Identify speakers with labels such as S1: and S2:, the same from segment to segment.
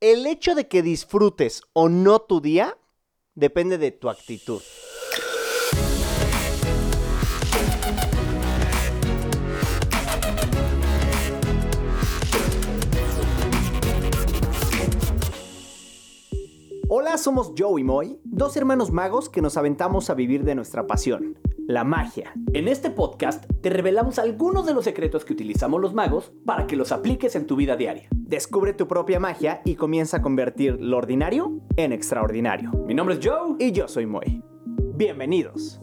S1: el hecho de que disfrutes o no tu día depende de tu actitud. Hola, somos Joe y Moy, dos hermanos magos que nos aventamos a vivir de nuestra pasión, la magia.
S2: En este podcast te revelamos algunos de los secretos que utilizamos los magos para que los apliques en tu vida diaria.
S1: Descubre tu propia magia y comienza a convertir lo ordinario en extraordinario.
S2: Mi nombre es Joe.
S1: Y yo soy Moy. Bienvenidos.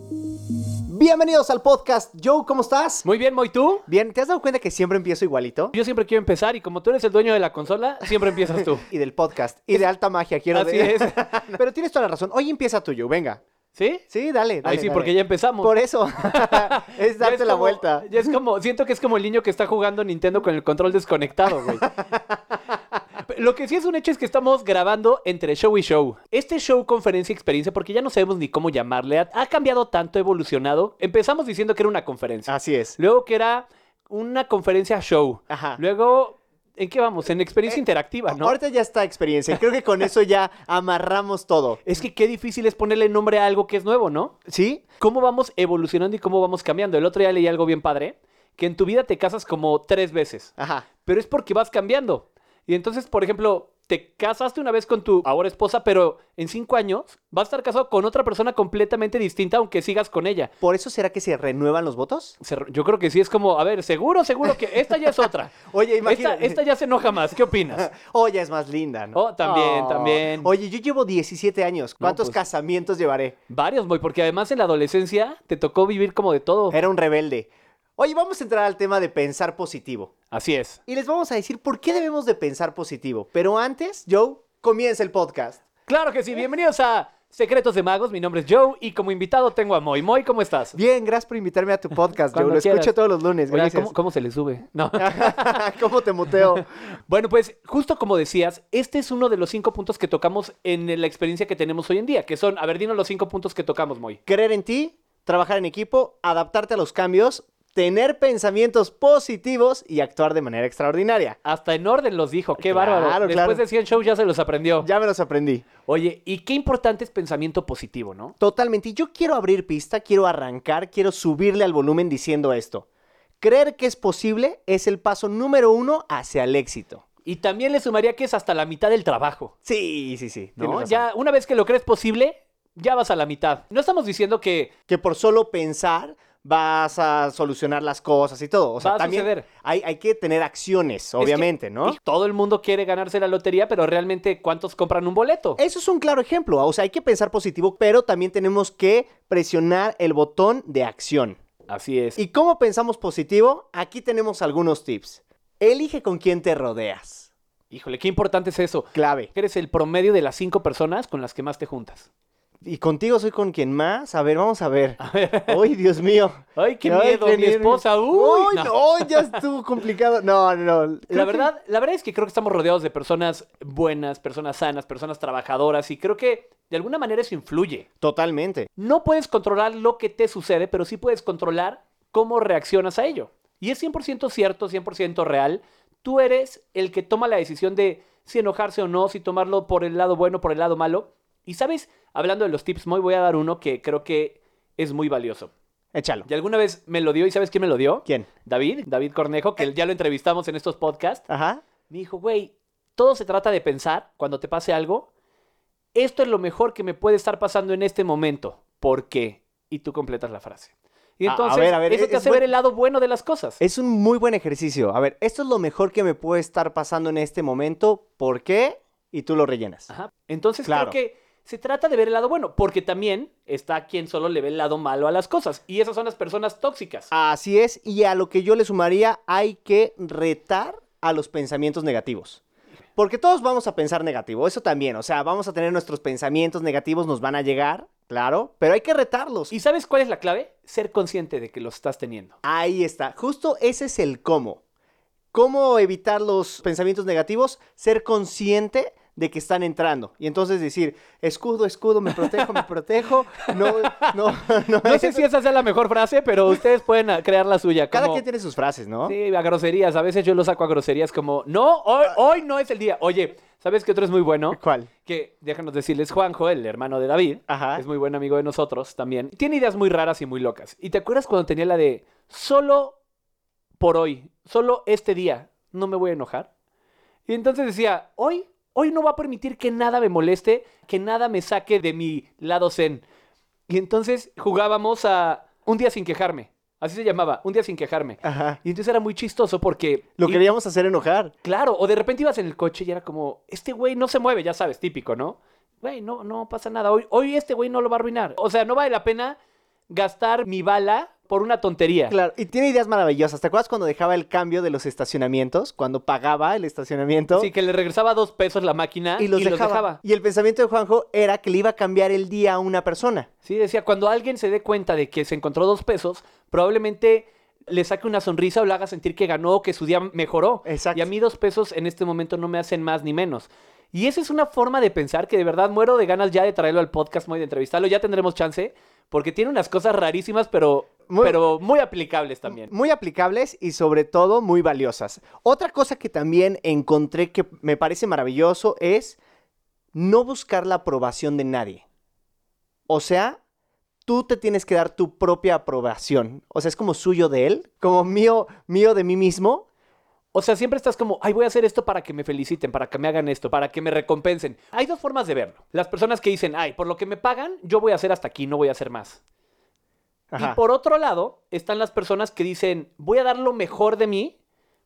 S1: Bienvenidos al podcast. Joe, ¿cómo estás?
S2: Muy bien, Moy, ¿tú?
S1: Bien, ¿te has dado cuenta que siempre empiezo igualito?
S2: Yo siempre quiero empezar y como tú eres el dueño de la consola, siempre empiezas tú.
S1: Y del podcast, y de alta magia, quiero
S2: Así
S1: decir.
S2: es.
S1: Pero tienes toda la razón. Hoy empieza tú, Joe, venga.
S2: ¿Sí?
S1: Sí, dale, dale.
S2: Ahí sí,
S1: dale.
S2: porque ya empezamos.
S1: Por eso. es
S2: Ya
S1: darte
S2: es
S1: la
S2: como-
S1: vuelta.
S2: Ya es como, siento que es como el niño que está jugando Nintendo con el control desconectado, güey. Lo que sí es un hecho es que estamos grabando entre show y show. Este show, conferencia, experiencia, porque ya no sabemos ni cómo llamarle, ha, ha cambiado tanto, ha evolucionado. Empezamos diciendo que era una conferencia.
S1: Así es.
S2: Luego que era una conferencia show.
S1: Ajá.
S2: Luego, ¿en qué vamos? En experiencia interactiva,
S1: Ah.
S2: ¿no?
S1: Eh, Ahorita ya está experiencia. Creo que con eso ya amarramos todo.
S2: Es que qué difícil es ponerle nombre a algo que es nuevo, ¿no?
S1: ¿Sí?
S2: cómo vamos evolucionando y cómo vamos cambiando. El otro día leí algo bien padre, que en tu vida te casas como tres veces,
S1: Ajá.
S2: pero es porque vas cambiando. Y entonces, por ejemplo, te casaste una vez con tu ahora esposa, pero en cinco años vas a estar casado con otra persona completamente distinta, aunque sigas con ella.
S1: ¿Por eso será que se renuevan los votos?
S2: Se- Yo creo que sí es como, a ver, seguro, seguro que esta ya es otra.
S1: Oye,
S2: Esta,
S1: imagínate.
S2: esta ya se enoja más. ¿Qué opinas?
S1: Oh, ya es más linda, ¿no?
S2: Oh, también, también.
S1: Oye, yo llevo 17 años. ¿Cuántos
S2: pues.
S1: casamientos llevaré?
S2: Varios, muy, porque además en la adolescencia te tocó vivir como de todo.
S1: Era un rebelde. Oye, vamos a entrar al tema de pensar positivo.
S2: Así es.
S1: Y les vamos a decir por qué debemos de pensar positivo. Pero antes, Joe, comienza el podcast.
S2: Claro
S1: ¿Eh?
S2: que sí, bienvenidos a Secretos de Magos, mi nombre es Joe y como invitado tengo a Moy. Moy, ¿cómo estás?
S1: Bien, gracias por invitarme a tu podcast, Joe.
S2: Cuando
S1: Lo escucho
S2: quieras.
S1: todos los lunes.
S2: Oigan,
S1: Gracias.
S2: ¿cómo, cómo se le sube? No.
S1: ¿Cómo te muteo?
S2: bueno, pues justo como decías, este es uno de los cinco puntos que tocamos en la experiencia que tenemos hoy en día, que son, a ver, dinos los cinco puntos que tocamos, Moy.
S1: creer en ti, trabajar en equipo, adaptarte a los cambios, tener pensamientos positivos y actuar de manera extraordinaria.
S2: Hasta en orden los dijo, qué
S1: Claro,
S2: bárbaro.
S1: claro.
S2: Después de 100 shows ya se los aprendió.
S1: Ya me los aprendí.
S2: Oye, y qué importante es pensamiento positivo, ¿no?
S1: Totalmente. Y yo quiero abrir pista, quiero arrancar, quiero subirle al volumen diciendo esto. Creer que es posible es el paso número uno hacia el éxito.
S2: Y también le sumaría que es hasta la mitad del trabajo.
S1: Sí, sí, sí. tienes
S2: ¿no?
S1: razón.
S2: Ya una vez que lo crees posible, ya vas a la mitad. No estamos diciendo que
S1: Que por solo pensar vas a solucionar las cosas y todo. O sea,
S2: Va a
S1: también
S2: suceder.
S1: Hay, hay que tener acciones, obviamente, ¿no?
S2: Y Todo el mundo quiere ganarse la lotería, pero realmente, ¿cuántos compran un boleto?
S1: Eso es un claro ejemplo. O sea, hay que pensar positivo, pero también tenemos que presionar el botón de acción.
S2: Así es.
S1: ¿Y cómo pensamos positivo? Aquí tenemos algunos tips. Elige con quién te rodeas.
S2: Híjole, qué importante es eso.
S1: Clave.
S2: Eres el promedio de las cinco personas con las que más te juntas.
S1: ¿Y contigo soy con quien más? A ver, vamos a ver. ¡Ay, Dios mío!
S2: Ay, qué
S1: Ay,
S2: miedo,
S1: qué
S2: mi
S1: nervios.
S2: esposa.
S1: ¡Ay,
S2: Uy, no.
S1: no! Ya estuvo complicado. No, no, no. Creo
S2: La
S1: que-
S2: verdad, la verdad es que creo que estamos rodeados de personas buenas, personas sanas, personas trabajadoras y creo que de alguna manera eso influye.
S1: Totalmente.
S2: No puedes controlar lo que te sucede, pero sí puedes controlar cómo reaccionas a ello. Y es 100% cierto, 100% real. Tú eres el que toma la decisión de si enojarse o no, si tomarlo por el lado bueno, por el lado malo. Y sabes, hablando de los tips, hoy voy a dar uno que creo que es muy valioso.
S1: Échalo.
S2: Y alguna vez me lo dio, ¿y sabes quién me lo dio?
S1: ¿Quién?
S2: David, David Cornejo, que ya lo entrevistamos en estos podcasts.
S1: Ajá.
S2: Me dijo, güey, todo se trata de pensar cuando te pase algo. Esto es lo mejor que me puede estar pasando en este momento. ¿Por qué? Y tú completas la frase. Y
S1: Ah, A- a
S2: entonces,
S1: ver, a ver,
S2: eso
S1: es
S2: te hace
S1: buen-
S2: ver el lado bueno de las cosas.
S1: Es un muy buen ejercicio. A ver, esto es lo mejor que me puede estar pasando en este momento. ¿Por qué? Y tú lo rellenas.
S2: Ajá. Entonces,
S1: Claro.
S2: creo que se trata de ver el lado bueno, porque también está quien solo le ve el lado malo a las cosas. Y esas son las personas tóxicas.
S1: Así es, y a lo que yo le sumaría, hay que retar a los pensamientos negativos. Porque todos vamos a pensar negativo, eso también, o sea, vamos a tener nuestros pensamientos negativos, nos van a llegar, claro, pero hay que retarlos.
S2: ¿Y
S1: Y
S2: sabes cuál es la clave? Ser consciente de que los estás teniendo.
S1: ahí está, justo ese es el cómo. ¿Cómo evitar los pensamientos negativos? Ser consciente de que están entrando. Y entonces decir, escudo, escudo, me protejo, me protejo. No, no, no.
S2: No sé si esa sea la mejor frase, pero ustedes pueden ah, crear la suya.
S1: Cada
S2: como-
S1: quien tiene sus frases, ¿no?
S2: Sí, a groserías. A veces yo lo saco a groserías como, no, hoy, hoy no es el día. Oye, ¿sabes qué otro es muy bueno?
S1: ¿Cuál?
S2: Que déjanos decirles, Juanjo, el hermano de David,
S1: Ajá.
S2: es muy buen amigo de nosotros también. Tiene ideas muy raras y muy locas. ¿Y te acuerdas cuando tenía la de solo por hoy, solo este día, no me voy a enojar? Y entonces decía, hoy, hoy no va a permitir que nada me moleste, que nada me saque de mi lado zen. Y entonces jugábamos a un día sin quejarme. Así se llamaba, un día sin quejarme.
S1: Ajá.
S2: Y entonces era muy chistoso porque...
S1: Lo
S2: y-
S1: queríamos hacer enojar.
S2: Claro, o de repente ibas en el coche y era como, este güey no se mueve, ya sabes, típico, ¿no? Güey, no, no pasa nada. Hoy, hoy este güey no lo va a arruinar. O sea, no vale la pena gastar mi bala por una tontería.
S1: Claro, y tiene ideas maravillosas. ¿Te acuerdas cuando dejaba el cambio de los estacionamientos? Cuando pagaba el estacionamiento.
S2: Así que le regresaba dos pesos la máquina
S1: y los, dejaba. Y el pensamiento de Juanjo era que le iba a cambiar el día a una persona.
S2: Sí, decía, cuando alguien se dé cuenta de que se encontró dos pesos, probablemente le saque una sonrisa o le haga sentir que ganó o que su día mejoró.
S1: Exacto.
S2: Y a mí dos pesos en este momento no me hacen más ni menos. Y esa es una forma de pensar que de verdad muero de ganas ya de traerlo al podcast, muy de entrevistarlo. Ya tendremos chance, porque tiene unas cosas rarísimas, pero
S1: Muy-
S2: muy, pero muy aplicables también.
S1: Muy aplicables y sobre todo muy valiosas. Otra cosa que también encontré que me parece maravilloso es no buscar la aprobación de nadie. O sea, tú te tienes que dar tu propia aprobación. O sea, es como suyo de él, como mío, mío de mí mismo.
S2: O sea, siempre estás como, ay, voy a hacer esto para que me feliciten, para que me hagan esto, para que me recompensen. Hay dos formas de verlo. Las personas que dicen, ay, por lo que me pagan, yo voy a hacer hasta aquí, no voy a hacer más.
S1: Ajá.
S2: Y por otro lado, están las personas que dicen, voy a dar lo mejor de mí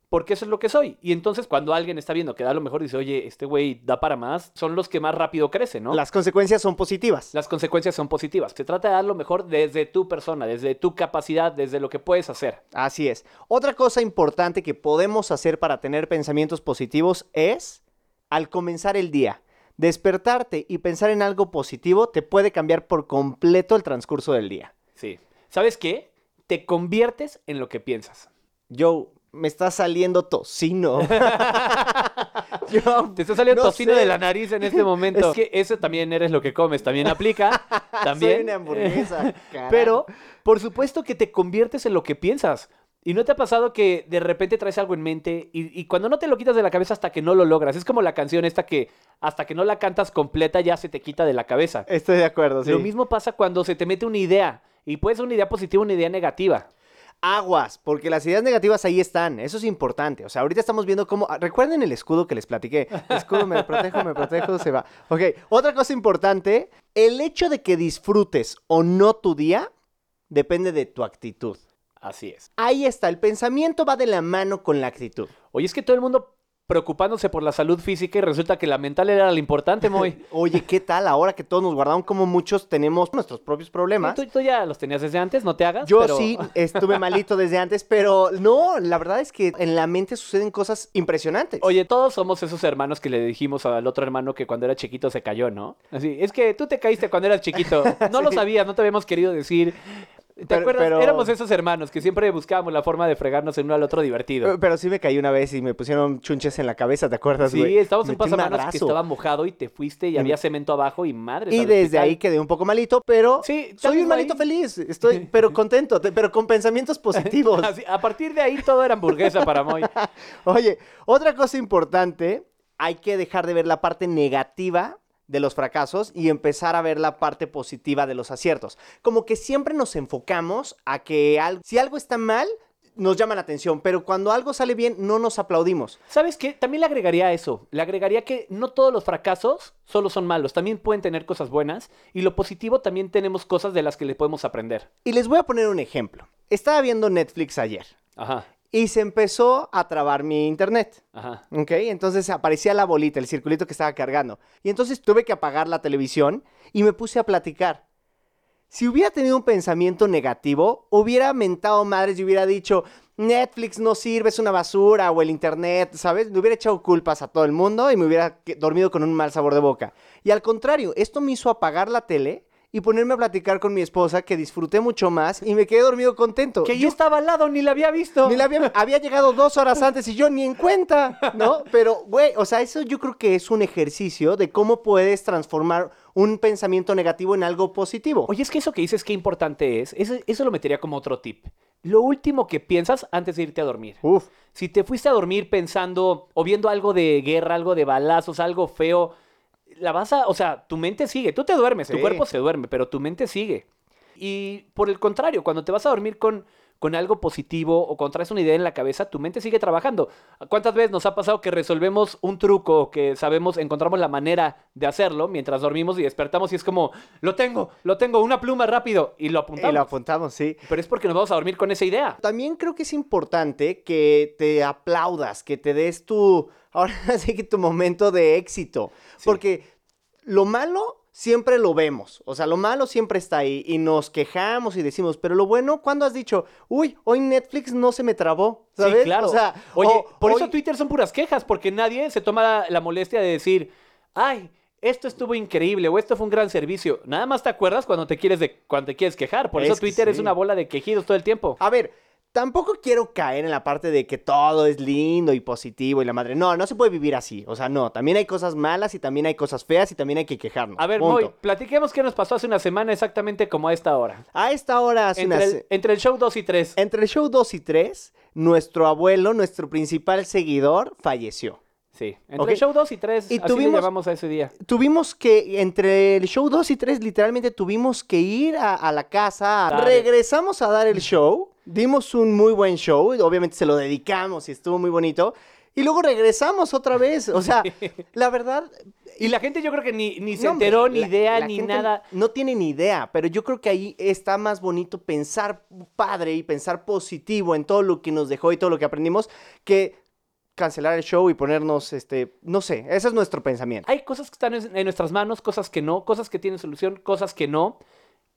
S2: porque eso es lo que soy. Y entonces cuando alguien está viendo que da lo mejor, dice, oye, este güey da para más, son los que más rápido crecen, ¿no?
S1: Las consecuencias son positivas.
S2: Las consecuencias son positivas. Se trata de dar lo mejor desde tu persona, desde tu capacidad, desde lo que puedes hacer.
S1: Así es. Otra cosa importante que podemos hacer para tener pensamientos positivos es, al comenzar el día, despertarte y pensar en algo positivo te puede cambiar por completo el transcurso del día.
S2: Sí. ¿Sabes qué? Te conviertes en lo que piensas.
S1: Yo, me está saliendo tocino. Yo-
S2: Te está saliendo
S1: No
S2: tocino
S1: sé.
S2: de la nariz en este momento.
S1: Es
S2: es que eso también eres lo que comes, también aplica. También.
S1: soy una hamburguesa. carajo.
S2: Pero, por supuesto que te conviertes en lo que piensas. ¿Y no te ha pasado que de repente traes algo en mente y, y cuando no te lo quitas de la cabeza hasta que no lo logras? Es como la canción esta que hasta que no la cantas completa ya se te quita de la cabeza.
S1: Estoy de acuerdo, Eh, pues sí.
S2: Lo mismo pasa cuando se te mete una idea. Y puede ser una idea positiva, una idea negativa.
S1: aguas, porque las ideas negativas ahí están, eso es importante. O sea, ahorita estamos viendo cómo... ah, Recuerden el escudo que les platiqué. Escudo, me protejo, me protejo, se va. Ok, otra cosa importante, el hecho de que disfrutes o no tu día depende de tu actitud.
S2: Así es.
S1: Ahí está, el pensamiento va de la mano con la actitud.
S2: Oye, es que todo el mundo preocupándose por la salud física y resulta que la mental era la importante, Moy.
S1: Oye, ¿qué tal ahora que todos nos guardaron como muchos tenemos nuestros propios problemas?
S2: Tú, tú ya los tenías desde antes, no te hagas.
S1: Yo
S2: pero-
S1: sí estuve malito desde antes, pero no, la verdad es que en la mente suceden cosas impresionantes.
S2: Oye, todos somos esos hermanos que le dijimos al otro hermano que cuando era chiquito se cayó, ¿no? Así, es que tú te caíste cuando eras chiquito. No lo sabías, no te habíamos querido decir. ¿Te
S1: Pero-
S2: acuerdas?
S1: pero-
S2: Éramos esos hermanos que siempre buscábamos la forma de fregarnos el uno al otro divertido.
S1: Pero, pero sí me caí una vez y me pusieron chunches en la cabeza, ¿te acuerdas,
S2: Sí,
S1: pues, güey?
S2: estábamos en
S1: Metí un
S2: pasamanos que
S1: madrazo.
S2: estaba mojado y te fuiste y
S1: Y-
S2: había cemento abajo y madre.
S1: Y desde ahí quedé un poco malito, pero
S2: Sí, tal
S1: soy
S2: vez
S1: un malito
S2: ahí-
S1: feliz. Estoy, pero contento, te- pero con pensamientos positivos.
S2: a partir de ahí todo era hamburguesa para Moy.
S1: Oye, otra cosa importante, hay que dejar de ver la parte negativa de los fracasos y empezar a ver la parte positiva de los aciertos. Como que siempre nos enfocamos a que al- si algo está mal, nos llama la atención, pero cuando algo sale bien, no nos aplaudimos.
S2: ¿Sabes qué? También le agregaría eso. Le agregaría que no todos los fracasos solo son malos. También pueden tener cosas buenas. Y lo positivo también tenemos cosas de las que le podemos aprender.
S1: Y les voy a poner un ejemplo. Estaba viendo Netflix ayer.
S2: Ajá,
S1: y se empezó a trabar mi internet.
S2: ajá.
S1: ¿Ok? Entonces aparecía la bolita, el circulito que estaba cargando. Y entonces tuve que apagar la televisión y me puse a platicar. Si hubiera tenido un pensamiento negativo, hubiera mentado madres y hubiera dicho, Netflix no sirve, es una basura, o el internet, ¿sabes? Le hubiera echado culpas a todo el mundo y me hubiera que- dormido con un mal sabor de boca. Y al contrario, esto me hizo apagar la tele y ponerme a platicar con mi esposa, que disfruté mucho más y me quedé dormido contento.
S2: Que yo
S1: Yo
S2: estaba al lado, ni la había visto.
S1: ni la había, había llegado dos horas antes y yo ni en cuenta, ¿no? Pero, güey, o sea, eso yo creo que es un ejercicio de cómo puedes transformar un pensamiento negativo en algo positivo.
S2: Oye, es que eso que dices, qué importante es. Eso, eso lo metería como otro tip. Lo último que piensas antes de irte a dormir.
S1: Uf,
S2: Si te fuiste a dormir pensando o viendo algo de guerra, algo de balazos, algo feo, la vas a, o sea, tu mente sigue. Tú te duermes, tu
S1: Sí.
S2: cuerpo se duerme, pero tu mente sigue. Y por el contrario, cuando te vas a dormir con, con algo positivo o cuando traes una idea en la cabeza, tu mente sigue trabajando. ¿Cuántas veces nos ha pasado que resolvemos un truco, que sabemos, encontramos la manera de hacerlo mientras dormimos y despertamos y es como, lo tengo, lo tengo, una pluma rápido y lo apuntamos?
S1: y lo apuntamos, sí.
S2: Pero es porque nos vamos a dormir con esa idea.
S1: También creo que es importante que te aplaudas, que te des tu, ahora sí que tu momento de éxito,
S2: Sí.
S1: porque lo malo siempre lo vemos, o sea, lo malo siempre está ahí y nos quejamos y decimos, pero lo bueno, ¿cuándo has dicho, uy, hoy Netflix no se me trabó? ¿Sabes?
S2: Sí, claro.
S1: O sea,
S2: Oye,
S1: o-
S2: por eso
S1: hoy-
S2: Twitter son puras quejas, porque nadie se toma la, la molestia de decir, ay, esto estuvo increíble o esto fue un gran servicio. Nada más te acuerdas cuando te quieres, de, cuando te quieres quejar. Por
S1: Es
S2: eso
S1: que
S2: Twitter es
S1: sí.
S2: una bola de quejidos todo el tiempo.
S1: A ver, tampoco quiero caer en la parte de que todo es lindo y positivo y la madre. No, no se puede vivir así. O sea, no, también hay cosas malas y también hay cosas feas y también hay que quejarnos.
S2: A ver,
S1: Ah, Punto.
S2: Moy, platiquemos qué nos pasó hace una semana exactamente como a esta hora.
S1: A esta hora hace
S2: Entre
S1: una
S2: el,
S1: se- Eh,
S2: entre el show 2 y 3.
S1: Entre el show 2 y 3, nuestro abuelo, nuestro principal seguidor, falleció.
S2: Sí, entre
S1: Ok.
S2: el show 2 y 3.
S1: Y
S2: así
S1: tuvimos-
S2: le llamamos a ese día.
S1: Tuvimos que, entre el show 2 y 3, literalmente tuvimos que ir a, a la casa.
S2: Dar-
S1: Regresamos a dar el show. Dimos un muy buen show. y Obviamente se lo dedicamos y estuvo muy bonito. Y luego regresamos otra vez. O sea, la verdad,
S2: Y la gente yo creo que ni, ni se
S1: No, hombre,
S2: enteró, ni
S1: la-
S2: idea,
S1: la
S2: ni
S1: gente
S2: nada.
S1: No tiene ni idea, pero yo creo que ahí está más bonito pensar padre y pensar positivo en todo lo que nos dejó y todo lo que aprendimos que cancelar el show y ponernos, este, no sé, ese es nuestro pensamiento.
S2: Hay cosas que están en en nuestras manos, cosas que no, cosas que tienen solución, cosas que no.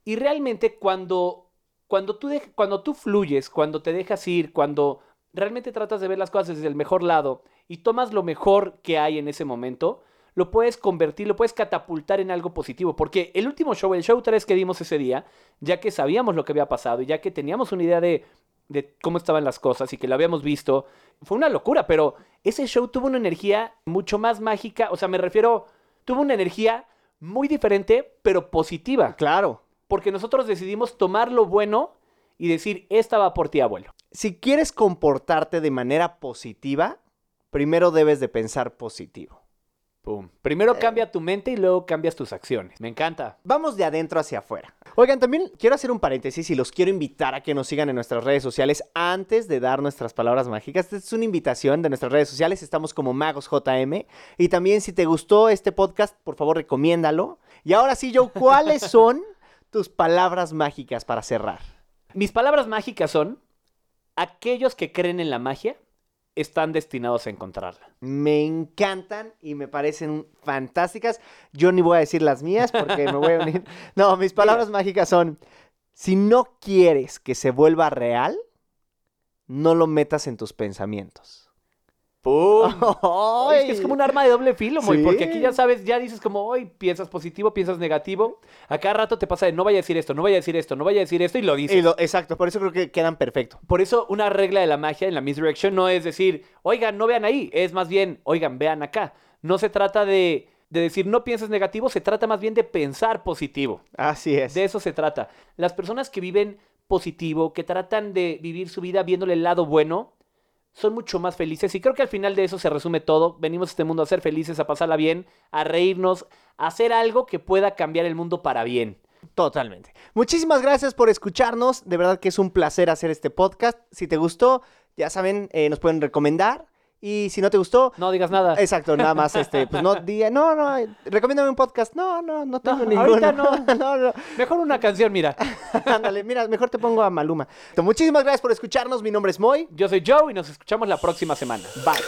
S2: Y realmente cuando, cuando, tú, dej- cuando tú fluyes, cuando te dejas ir, cuando realmente tratas de ver las cosas desde el mejor lado y tomas lo mejor que hay en ese momento, lo puedes convertir, lo puedes catapultar en algo positivo. Porque el último show, el show 3 que dimos ese día, ya que sabíamos lo que había pasado y ya que teníamos una idea de, de cómo estaban las cosas y que lo habíamos visto, fue una locura, pero ese show tuvo una energía mucho más mágica. O sea, me refiero, tuvo una energía muy diferente, pero positiva.
S1: Claro.
S2: Porque nosotros decidimos tomar lo bueno y decir, esta va por ti, abuelo.
S1: Si quieres comportarte de manera positiva, primero debes de pensar positivo.
S2: Pum. Primero cambia tu mente y luego cambias tus acciones. Me encanta.
S1: Vamos de adentro hacia afuera. Oigan, también quiero hacer un paréntesis y los quiero invitar a que nos sigan en nuestras redes sociales antes de dar nuestras palabras mágicas. Esta es una invitación de nuestras redes sociales. Estamos como Magos JM. Y también, si te gustó este podcast, por favor, recomiéndalo. Y ahora sí, Joe, ¿cuáles son tus palabras mágicas para cerrar?
S2: Mis palabras mágicas son, aquellos que creen en la magia están destinados a encontrarla.
S1: Me encantan y me parecen fantásticas. Yo ni voy a decir las mías porque me voy a unir. No, mis palabras mágicas son, si no quieres que se vuelva real, no lo metas en tus pensamientos.
S2: ¡Pum! Oye, es que es
S1: ¡Ay!
S2: como un arma de doble filo, Moy,
S1: Sí.
S2: porque aquí ya sabes, ya dices como, hoy piensas positivo, piensas negativo. A cada rato te pasa de no vaya a decir esto, no vaya a decir esto, no vaya a decir esto y lo dices.
S1: Y lo- exacto, por eso creo que quedan perfecto.
S2: Por eso una regla de la magia en la misdirection no es decir, oigan, no vean ahí, es más bien, oigan, vean acá. No se trata de, de decir no pienses negativo, se trata más bien de pensar positivo.
S1: Así es.
S2: De eso se trata. Las personas que viven positivo, que tratan de vivir su vida viéndole el lado bueno, son mucho más felices. Y creo que al final de eso se resume todo. Venimos a este mundo a ser felices, a pasarla bien, a reírnos, a hacer algo que pueda cambiar el mundo para bien.
S1: Totalmente. Muchísimas gracias por escucharnos. De verdad que es un placer hacer este podcast. Si te gustó, ya saben, eh, nos pueden recomendar. Y si no te gustó,
S2: No digas nada.
S1: Exacto, nada más este, pues no diga, no, no, eh, recomiéndame un podcast. No, no, no tengo
S2: No,
S1: ninguno.
S2: ahorita no.
S1: no, no.
S2: Mejor una canción, mira.
S1: Ándale, mira, mejor te pongo a Maluma. Entonces, muchísimas gracias por escucharnos. Mi nombre es Moy.
S2: Yo soy Joe y nos escuchamos la próxima semana. Bye.